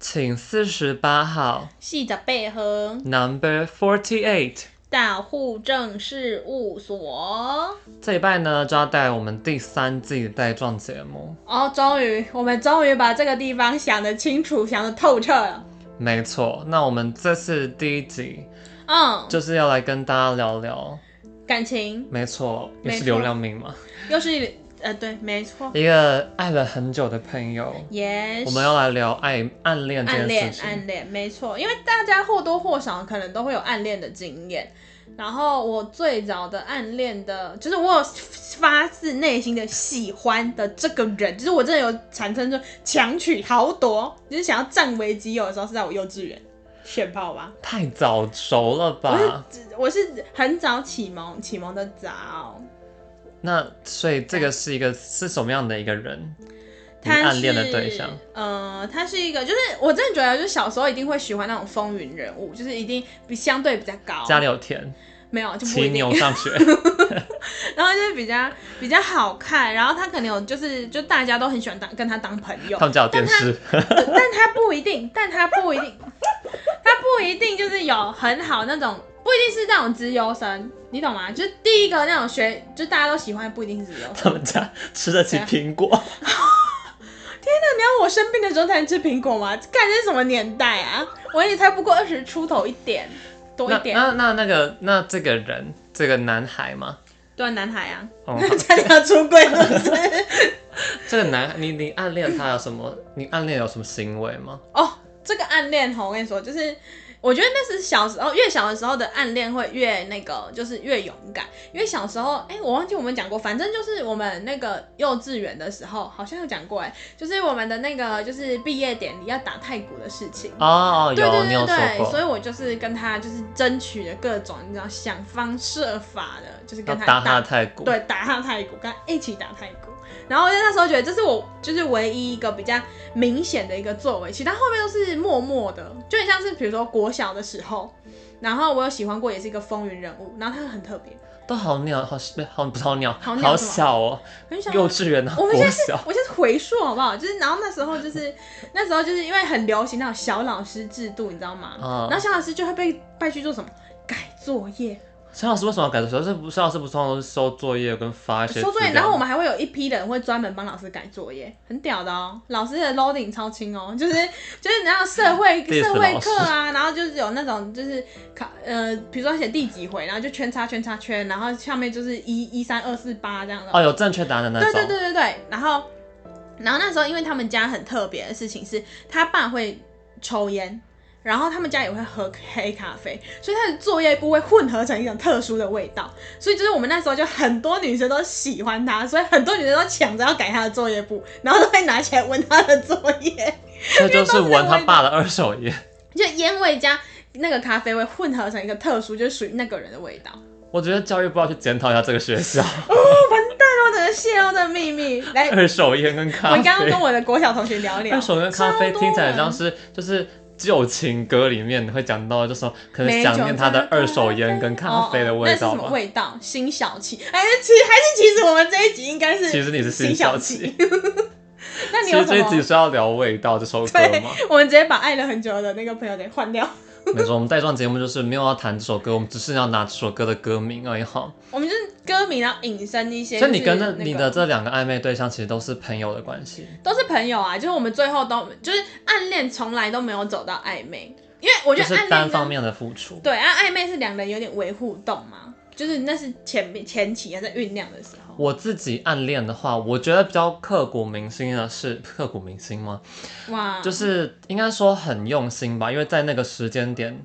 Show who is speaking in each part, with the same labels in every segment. Speaker 1: 请四十八号
Speaker 2: 系的贝和
Speaker 1: Number Forty Eight。
Speaker 2: 到户政事务所。
Speaker 1: 这一拜呢，就要带我们第三季的带状节目。
Speaker 2: 哦，终于，我们终于把这个地方想得清楚，想得透彻了。
Speaker 1: 没错，那我们这次第一集
Speaker 2: 嗯，
Speaker 1: 就是要来跟大家聊聊，
Speaker 2: 感情
Speaker 1: 没错，也
Speaker 2: 没
Speaker 1: 是
Speaker 2: 错
Speaker 1: 流量命嘛，
Speaker 2: 又是呃，对，没错。
Speaker 1: 一个爱了很久的朋友，
Speaker 2: Yes，
Speaker 1: 我们要来聊爱暗恋这
Speaker 2: 暗
Speaker 1: 件
Speaker 2: 恋，
Speaker 1: 事情。
Speaker 2: 暗恋，没错，因为大家或多或少可能都会有暗恋的经验。然后我最早的暗恋的，就是我有发自内心的喜欢的这个人，就是我真的有产生说强取豪夺，就是想要占为己有的时候，是在我幼稚园炫炮吧。
Speaker 1: 太早熟了吧？
Speaker 2: 我是很早启蒙，启蒙的早。
Speaker 1: 那所以这个是一个是什么样的一个人？你
Speaker 2: 他是
Speaker 1: 暗恋的对象，
Speaker 2: 呃，他是一个，就是我真的觉得，就是小时候一定会喜欢那种风云人物，就是一定比相对比较高，
Speaker 1: 家里有田，
Speaker 2: 没有就不
Speaker 1: 骑
Speaker 2: 一定
Speaker 1: 牛上 学，
Speaker 2: 然后就是比较比较好看，然后他可能有就是就大家都很喜欢当跟他当朋友
Speaker 1: 他，们家有电视。
Speaker 2: 但他不一定，但他不一定， 他不一定就是有很好那种，不一定是那种资优生，你懂吗？就是第一个那种学，就大家都喜欢，不一定是资优生。
Speaker 1: 他们家吃得起
Speaker 2: 啊
Speaker 1: 苹果，
Speaker 2: 你要我生病的时候才能吃苹果吗？看这是什么年代啊！我也才不过二十出头一点，多一
Speaker 1: 那
Speaker 2: 点。
Speaker 1: 那那那个那这个人这个男孩嘛，
Speaker 2: 对啊，男孩啊，
Speaker 1: 哦，
Speaker 2: 他想出柜是不是？
Speaker 1: 这个男你你暗恋他有什么？你暗恋有什么行为吗？
Speaker 2: 哦，这个暗恋吼，我跟你说，就是我觉得那是小时候，越小的时候的暗恋会越那个，就是越勇敢。因为小时候，哎、我忘记我们讲过，反正就是我们那个幼稚园的时候，好像有讲过、哎，就是我们的那个就是毕业典礼要打太鼓的事情。
Speaker 1: 哦，
Speaker 2: 对
Speaker 1: 有
Speaker 2: 对
Speaker 1: 你有说
Speaker 2: 对对，所以
Speaker 1: 过，
Speaker 2: 我就是跟他就是争取了各种你知道想方设法的，就是
Speaker 1: 要
Speaker 2: 跟他
Speaker 1: 打他的太鼓，
Speaker 2: 对，打他太鼓，跟他一起打太鼓。然后我就那时候觉得这是我就是唯一一个比较明显的一个作为，其他后面都是默默的，就很像是比如说国小的时候，然后我有喜欢过也是一个风云人物，然后他很特别，
Speaker 1: 都好鸟，好好不是好鸟，
Speaker 2: 好鸟
Speaker 1: 好
Speaker 2: 什么
Speaker 1: 小哦，
Speaker 2: 很想
Speaker 1: 幼稚园的
Speaker 2: 我们
Speaker 1: 国
Speaker 2: 现在是
Speaker 1: 小，，
Speaker 2: 我现在是回溯好不好？就是，然后那时候就是，那时候就是因为很流行那种小老师制度，你知道吗？
Speaker 1: 嗯
Speaker 2: 然后小老师就会被派去做什么改作业，
Speaker 1: 沈老师为什么要改的时候，这不沈老师不是通常都是收作业跟发一些
Speaker 2: 呃说作业，
Speaker 1: 啊资料
Speaker 2: 然后我们还会有一批人会专门帮老师改作业，很屌的哦。老师的 loading 超轻哦， 就是就是然后社会
Speaker 1: Diss
Speaker 2: 社会课啊，然后就是有那种就是考呃，比如说写第几回，然后就圈叉圈叉圈，然后下面就是一一三二四八这样的。
Speaker 1: 哦有正确答案的那
Speaker 2: 对
Speaker 1: 种，
Speaker 2: 对对对对，然后然后那时候因为他们家很特别的事情是，他爸会抽烟。然后他们家也会喝黑咖啡，所以他的作业部会混合成一种特殊的味道，所以就是我们那时候就很多女生都喜欢他，所以很多女生都抢着要改他的作业簿，然后都会拿起来闻他的作业，
Speaker 1: 这就是闻他爸的二手烟。
Speaker 2: 就烟味加那个咖啡味混合成一个特殊，就是属于那个人的味 道。
Speaker 1: 我觉得教育部要去检讨一下这个学 校
Speaker 2: 我整个泄露的秘密，来，
Speaker 1: 二手烟跟
Speaker 2: 我
Speaker 1: 咖
Speaker 2: 刚
Speaker 1: 啡。
Speaker 2: 刚跟我的国小同学聊聊
Speaker 1: 二，手烟咖啡
Speaker 2: 超多啊
Speaker 1: 听起来
Speaker 2: 人
Speaker 1: 像是就是旧情歌里面会讲到，就说可能
Speaker 2: 美
Speaker 1: 想
Speaker 2: 酒
Speaker 1: 念他的
Speaker 2: 加
Speaker 1: 二手烟跟咖啡的味
Speaker 2: 哦
Speaker 1: 道
Speaker 2: 哦那是什么
Speaker 1: 吧。
Speaker 2: 味道？辛晓琪？哎，其实还是其实我们这一集应该是
Speaker 1: 其实你是
Speaker 2: 辛
Speaker 1: 辛
Speaker 2: 晓
Speaker 1: 晓
Speaker 2: 琪
Speaker 1: 琪。
Speaker 2: 那你
Speaker 1: 其
Speaker 2: 有
Speaker 1: 实
Speaker 2: 什
Speaker 1: 这一集
Speaker 2: 么？
Speaker 1: 是要聊味道这首歌
Speaker 2: 对
Speaker 1: 吗？，
Speaker 2: 我们直接把爱了很久的那个朋友给换掉。
Speaker 1: 没错，我们带状节目就是没有要谈这首歌，我们只是要拿这首歌的歌名而已 哈。
Speaker 2: 我们就是歌迷，然后引申一些。
Speaker 1: 所以你跟
Speaker 2: 就
Speaker 1: 那
Speaker 2: 是那
Speaker 1: 你
Speaker 2: 个
Speaker 1: 的这两个暧昧对象其实都是朋友的关系，
Speaker 2: 都是朋友啊，就是我们最后都就是暗恋，从来都没有走到暧昧，因为我觉
Speaker 1: 就是
Speaker 2: 得暗恋
Speaker 1: 单
Speaker 2: 跟
Speaker 1: 方面的付出。
Speaker 2: 对啊，暧昧是两人有点微互动嘛，就是那是前面前期还在酝酿的时候。
Speaker 1: 我自己暗恋的话，我觉得比较刻骨铭心的是刻骨铭心吗？
Speaker 2: 哇，
Speaker 1: 就是应该说很用心吧，因为在那个时间点，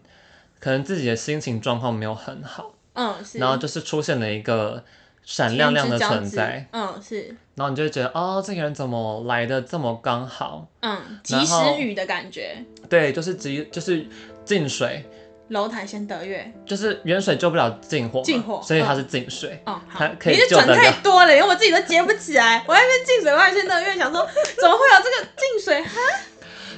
Speaker 1: 可能自己的心情状况没有很好，
Speaker 2: 嗯是，
Speaker 1: 然后就是出现了一个闪亮亮的存在，，
Speaker 2: 嗯是。
Speaker 1: 然后你就会觉得哦，这个人怎么来的这么刚好？
Speaker 2: 嗯，及
Speaker 1: 然
Speaker 2: 时
Speaker 1: 后
Speaker 2: 雨的感觉，
Speaker 1: 对，就是急，就是进水，
Speaker 2: 楼台先得月。
Speaker 1: 就是远水救不了近火嘛，
Speaker 2: 近火
Speaker 1: 所以它
Speaker 2: 嗯
Speaker 1: 是近水。
Speaker 2: 哦，好
Speaker 1: 还，可以
Speaker 2: 你是
Speaker 1: 救
Speaker 2: 转
Speaker 1: 得
Speaker 2: 太
Speaker 1: 了
Speaker 2: 多了，连我自己都接不起来。我在那边进水外先得月，想说怎么会有这个进水？哈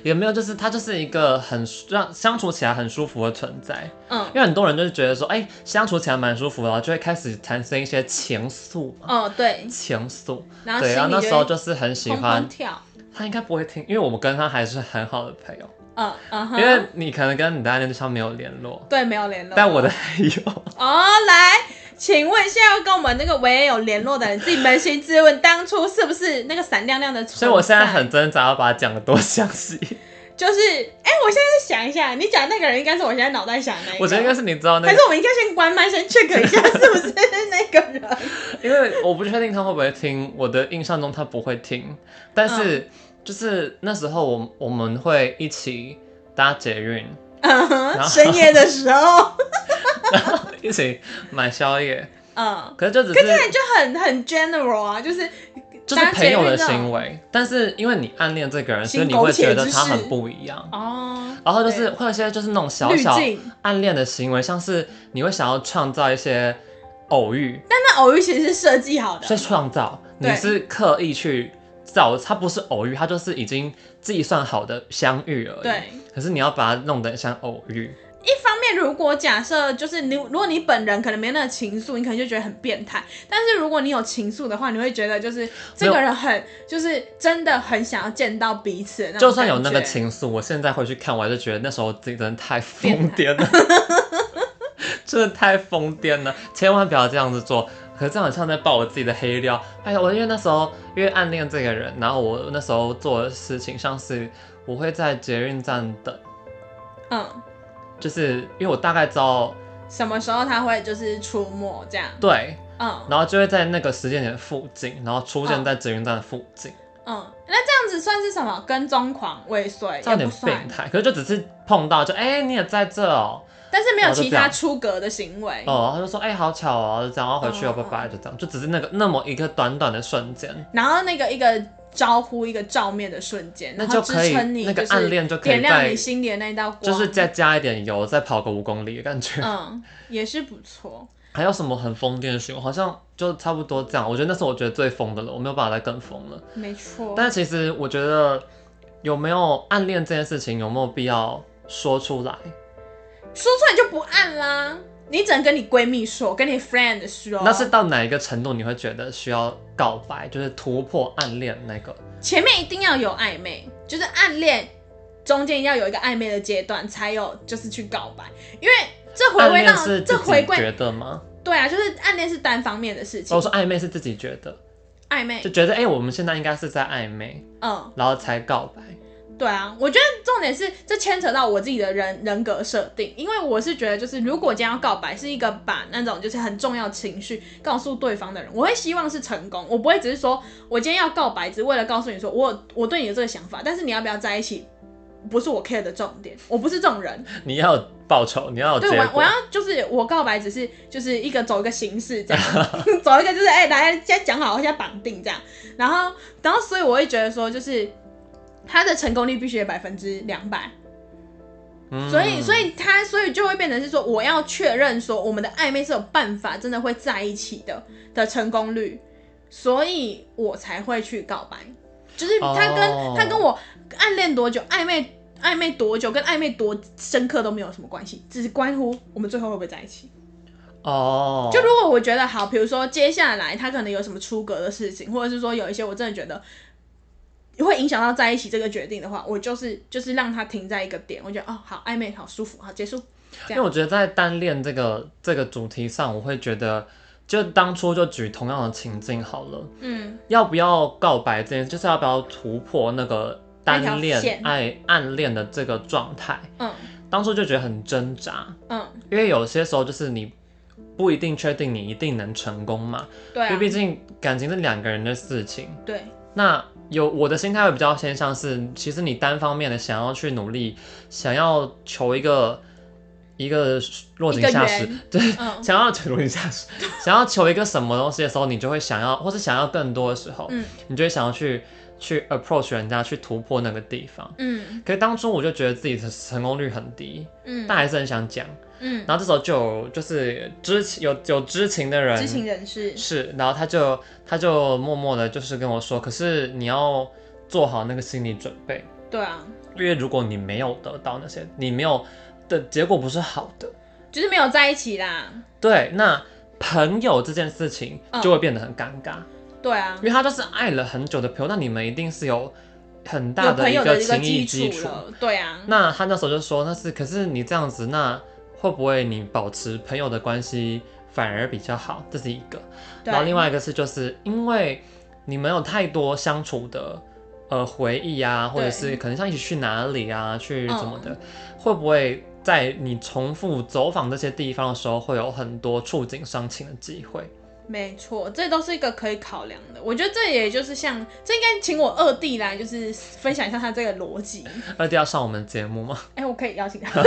Speaker 1: 也没有，就是它就是一个很让相处起来很舒服的存在。
Speaker 2: 嗯
Speaker 1: 因为很多人就是觉得说，哎、相处起来蛮舒服的，然后就会开始产生一些情愫嘛，
Speaker 2: 哦对，
Speaker 1: 情愫。
Speaker 2: 然后
Speaker 1: 对，然后
Speaker 2: 啊心
Speaker 1: 那
Speaker 2: 里
Speaker 1: 时候
Speaker 2: 就会
Speaker 1: 就是很喜
Speaker 2: 砰
Speaker 1: 欢
Speaker 2: 砰跳。
Speaker 1: 他应该不会听，因为我们跟他还是很好的朋友。
Speaker 2: 嗯嗯哼，
Speaker 1: 因为你可能跟你在那上没有联络，
Speaker 2: 对没有联络，
Speaker 1: 但我的还有。
Speaker 2: 哦，来，请问一下，要跟我们那个唯一有联络的人，自己扪心自问，当初是不是那个闪亮亮的存
Speaker 1: 所以我现在很挣扎，要把它讲的多详细。
Speaker 2: 就是，哎、我现在在想一下，你讲那个人应该是我现在脑袋想的那一个，
Speaker 1: 我觉得应该是你知道那
Speaker 2: 哎还
Speaker 1: 个
Speaker 2: 是，我们应该先关麦，先 check 一下是不是那个人。
Speaker 1: 因为我不确定他会不会听，我的印象中他不会听，但
Speaker 2: 嗯
Speaker 1: 是就是那时候我我们会一起搭捷运，
Speaker 2: 嗯
Speaker 1: 然
Speaker 2: 哼，
Speaker 1: 后
Speaker 2: 深夜的 时候，
Speaker 1: 一起买宵夜，
Speaker 2: 嗯，
Speaker 1: 可是就只
Speaker 2: 可是这
Speaker 1: 是
Speaker 2: 就很很 general 啊，就是
Speaker 1: 就是
Speaker 2: 搭捷
Speaker 1: 朋
Speaker 2: 运哦
Speaker 1: 友的
Speaker 2: 那种
Speaker 1: 行为，但是因为你暗恋这个人，所以
Speaker 2: 心
Speaker 1: 你
Speaker 2: 苟
Speaker 1: 会
Speaker 2: 且
Speaker 1: 觉得
Speaker 2: 之
Speaker 1: 他
Speaker 2: 事
Speaker 1: 很不一样。
Speaker 2: 哦，
Speaker 1: 然后就是会有一些就是那种小
Speaker 2: 滤
Speaker 1: 小
Speaker 2: 镜。
Speaker 1: 暗恋的行为，像是你会想要创造一些偶遇，
Speaker 2: 但那偶遇其实是设计好的
Speaker 1: 是，创造，你
Speaker 2: 对
Speaker 1: 是刻意去造，它不是偶遇，它就是已经计算好的相遇而已。
Speaker 2: 对。
Speaker 1: 可是你要把它弄得像偶遇，
Speaker 2: 一方面，如果假设就是你，如果你本人可能没那个情愫，你可能就觉得很变态。但是如果你有情愫的话，你会觉得就是这个人很，就是真的很想要见到彼此的那种
Speaker 1: 就算有那个
Speaker 2: 感觉，
Speaker 1: 情愫，我现在回去看，我还是觉得那时候自己真的太疯癫了， 真的太疯癫了，千万不要这样子做。可是这样很像在爆我自己的黑料。哎呀，我因为那时候因为暗恋这个人，然后我那时候做的事情像是我会在捷运站等，
Speaker 2: 嗯，
Speaker 1: 就是因为我大概知道
Speaker 2: 什么时候他会就是出没这样，
Speaker 1: 对，
Speaker 2: 嗯
Speaker 1: 然后就会在那个时间点附近，然后出现在捷运站的附近，
Speaker 2: 嗯，那这样子算是什么跟踪狂尾随
Speaker 1: 这
Speaker 2: 也
Speaker 1: 样有
Speaker 2: 不
Speaker 1: 点变
Speaker 2: 算，
Speaker 1: 态。可是就只是碰到，就哎、你也在这哦，
Speaker 2: 但是没有
Speaker 1: 然后就
Speaker 2: 其
Speaker 1: 这
Speaker 2: 他
Speaker 1: 样
Speaker 2: 出格的行为，
Speaker 1: 哦，然后就说哎、好巧哦，就这样，然后回去哦，
Speaker 2: 嗯
Speaker 1: 拜拜，就这样，就只是那个那么一个短短的瞬间，
Speaker 2: 然后那个一个招呼一个照面的瞬间，
Speaker 1: 那
Speaker 2: 然
Speaker 1: 就
Speaker 2: 后支
Speaker 1: 可以
Speaker 2: 撑你
Speaker 1: 那个
Speaker 2: 就是
Speaker 1: 暗恋就可以
Speaker 2: 点亮
Speaker 1: 再
Speaker 2: 你心里的那一道光，
Speaker 1: 就是再加一点油，再跑个五公里的感觉。
Speaker 2: 嗯，也是不错。
Speaker 1: 还有什么很疯癫的行为？好像就差不多这样。我觉得那是我觉得最疯的了，我没有办法再更疯了。
Speaker 2: 没错，
Speaker 1: 但其实我觉得有没有暗恋这件事情，有没有必要说出来？
Speaker 2: 说出来就不按啦。你只能跟你闺蜜说，跟你 friend 说。
Speaker 1: 那是到哪一个程度你会觉得需要告白，就是突破暗恋那个？
Speaker 2: 前面一定要有暧昧，就是暗恋中间要有一个暧昧的阶段，才有就是去告白。因为这回
Speaker 1: 暗
Speaker 2: 归
Speaker 1: 恋
Speaker 2: 到
Speaker 1: 是
Speaker 2: 这
Speaker 1: 自
Speaker 2: 回
Speaker 1: 己
Speaker 2: 归
Speaker 1: 觉得吗？
Speaker 2: 对啊，就是暗恋是单方面的事情
Speaker 1: 我，说暧昧是自己觉得，
Speaker 2: 暧昧
Speaker 1: 就觉得哎、我们现在应该是在暧昧，
Speaker 2: 嗯。
Speaker 1: 然后才告白。
Speaker 2: 对啊，我觉得重点是这牵扯到我自己的人人格设定，因为我是觉得就是如果今天要告白，是一个把那种就是很重要情绪告诉对方的人，我会希望是成功，我不会只是说我今天要告白，只是为了告诉你说我有我对你有这个想法，但是你要不要在一起，不是我 care 的重点，我不是这种人，
Speaker 1: 你要有报酬，你要有
Speaker 2: 对
Speaker 1: 结
Speaker 2: 我我
Speaker 1: 果
Speaker 2: 要。就是我告白只是就是一个走一个形式这样， 走一个就是哎、大家现在讲好，现在绑定这样，然后然后所以我会觉得说就是。他的成功率必须有百分之两百，
Speaker 1: 嗯
Speaker 2: 所以，所以他，所以就会变成是说，我要确认说我们的暧昧是有办法真的会在一起的的成功率，所以我才会去告白。就是他跟、
Speaker 1: 哦
Speaker 2: 他跟我暗恋多久，暧昧暧昧多久，跟暧昧多深刻都没有什么关系，只是关乎我们最后会不会在一起。
Speaker 1: 哦，
Speaker 2: 就如果我觉得好，比如说接下来他可能有什么出格的事情，或者是说有一些我真的觉得会影响到在一起这个决定的话，我就是就是让他停在一个点，我觉得哦好暧昧，好舒服，好结束。
Speaker 1: 因为我觉得在单恋这个这个主题上，我会觉得就当初就举同样的情境好了，
Speaker 2: 嗯，
Speaker 1: 要不要告白这件事，就是要不要突破那个
Speaker 2: 那条
Speaker 1: 单恋
Speaker 2: 线
Speaker 1: 爱暗恋的这个状态。
Speaker 2: 嗯
Speaker 1: 当初就觉得很挣扎，
Speaker 2: 嗯，
Speaker 1: 因为有些时候就是你不一定确定你一定能成功嘛，
Speaker 2: 对
Speaker 1: 因为
Speaker 2: 啊，
Speaker 1: 毕竟感情是两个人的事情。
Speaker 2: 对，
Speaker 1: 那有我的心态会比较偏向是，其实你单方面的想要去努力，想要求一个一个落井下石
Speaker 2: 一个圆，
Speaker 1: 对，
Speaker 2: 嗯
Speaker 1: 想要求落井下石，想要求一个什么东西的时候，你就会想要，或是想要更多的时候，
Speaker 2: 嗯
Speaker 1: 你就会想要去去 approach 人家，去突破那个地方。
Speaker 2: 嗯
Speaker 1: 可是当初我就觉得自己的成功率很低，
Speaker 2: 嗯
Speaker 1: 但还是很想讲。
Speaker 2: 嗯，
Speaker 1: 然后这时候就有就是知情有有知情的人，
Speaker 2: 知情人士，
Speaker 1: 是，然后他就他就默默的就是跟我说，可是你要做好那个心理准备，
Speaker 2: 对啊，
Speaker 1: 因为如果你没有得到那些，你没有的结果不是好的，
Speaker 2: 就是没有在一起啦，
Speaker 1: 对，那朋友这件事情
Speaker 2: 嗯
Speaker 1: 就会变得很尴尬，
Speaker 2: 对啊
Speaker 1: 因，为他就是爱了很久的朋友，那你们一定是有很
Speaker 2: 有
Speaker 1: 大
Speaker 2: 朋
Speaker 1: 的
Speaker 2: 友
Speaker 1: 个
Speaker 2: 一个
Speaker 1: 情谊基
Speaker 2: 基
Speaker 1: 础。
Speaker 2: 了，对啊，
Speaker 1: 那他那时候就说，那是可是你这样子，那会不会你保持朋友的关系反而比较好？这是一个。
Speaker 2: 对
Speaker 1: 然后另外一个是，就是因为你们有太多相处的呃回忆
Speaker 2: 嗯
Speaker 1: 啊，或者是可能像一起去哪里啊，去怎么的，会不会在你重复走访这些地方的时候，会有很多触景伤情的机会？
Speaker 2: 没错，这都是一个可以考量的。我觉得这也就是像，这应该请我二弟来，就是分享一下他这个逻 辑。
Speaker 1: 二弟要上我们节目 吗？
Speaker 2: 哎、我可以 邀请他，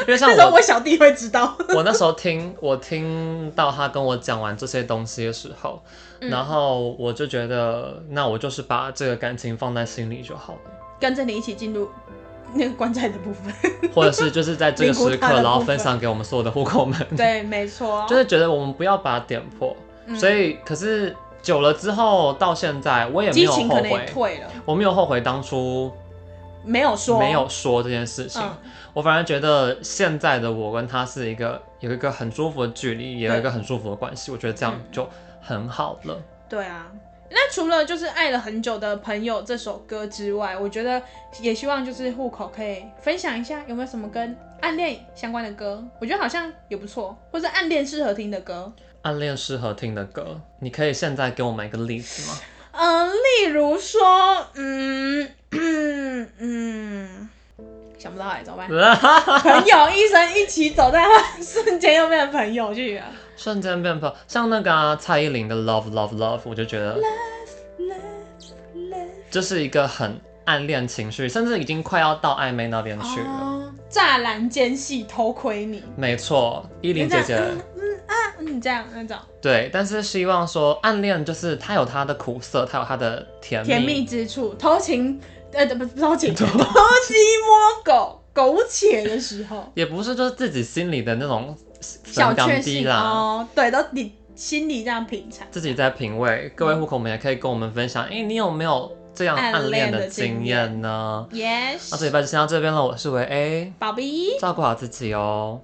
Speaker 1: 因为像
Speaker 2: 那时候
Speaker 1: 我，
Speaker 2: 我小弟会知道。
Speaker 1: 我那时候听我听到他跟我讲完这些东西的时候，
Speaker 2: 嗯
Speaker 1: 然后我就觉得，那我就是把这个感情放在心里就好了。
Speaker 2: 嗯跟着你一起进入那个棺材的 部分。
Speaker 1: 或者是就是在这个时
Speaker 2: 灵
Speaker 1: 刻，
Speaker 2: 魂塔的部分
Speaker 1: 然后分享给我们所有的户口们，
Speaker 2: 对，没错，
Speaker 1: 就是觉得我们不要把它点破。
Speaker 2: 嗯
Speaker 1: 所以，可是久了之后到现在，我也没
Speaker 2: 激
Speaker 1: 有
Speaker 2: 情
Speaker 1: 后
Speaker 2: 可能也
Speaker 1: 悔，
Speaker 2: 退了，
Speaker 1: 我没有后悔当初
Speaker 2: 没有说
Speaker 1: 没有说这件事情。
Speaker 2: 嗯
Speaker 1: 我反而觉得现在的我跟他是一个有一个很舒服的距离，也有一个很舒服的关系。我觉得这样
Speaker 2: 嗯
Speaker 1: 就很好了。
Speaker 2: 对啊。那除了就是爱了很久的朋友这首歌之外，我觉得也希望就是户口可以分享一下有没有什么跟暗恋相关的歌，我觉得好像也不错，或是暗恋适合听的歌。
Speaker 1: 暗恋适合听的歌，你可以现在给我们一个例子吗？
Speaker 2: 嗯，例如说，嗯嗯嗯，想不到哎、怎么办？朋友一生一起走，但他瞬间又变成朋友去了。
Speaker 1: 瞬间变胖，像那个、啊、蔡依林的《Love Love Love》，我就觉得这是一个很暗恋情绪，甚至已经快要到暧昧那边去了。
Speaker 2: 哦，栅栏间隙偷窥你，
Speaker 1: 没错，依
Speaker 2: 你
Speaker 1: 林姐姐、
Speaker 2: 嗯嗯啊嗯这样那种
Speaker 1: 对，但是希望说暗恋就是它有它的苦涩，它有它的甜蜜。
Speaker 2: 甜蜜之处，偷情呃不不 偷情，偷鸡摸狗，苟且的时候，
Speaker 1: 也不是就是自己心里的那种
Speaker 2: 小
Speaker 1: 粉
Speaker 2: 确
Speaker 1: 感低
Speaker 2: 幸
Speaker 1: 啦。
Speaker 2: 哦，对，都你心里这样品尝。
Speaker 1: 自己在品味，各位户口们也可以跟我们分
Speaker 2: 嗯
Speaker 1: 享，哎、你有没有这样暗恋的经验呢？那这
Speaker 2: Yes，
Speaker 1: 啊礼拜就先到这边了，我是维 A，
Speaker 2: 宝贝。
Speaker 1: 照顾好自己哦。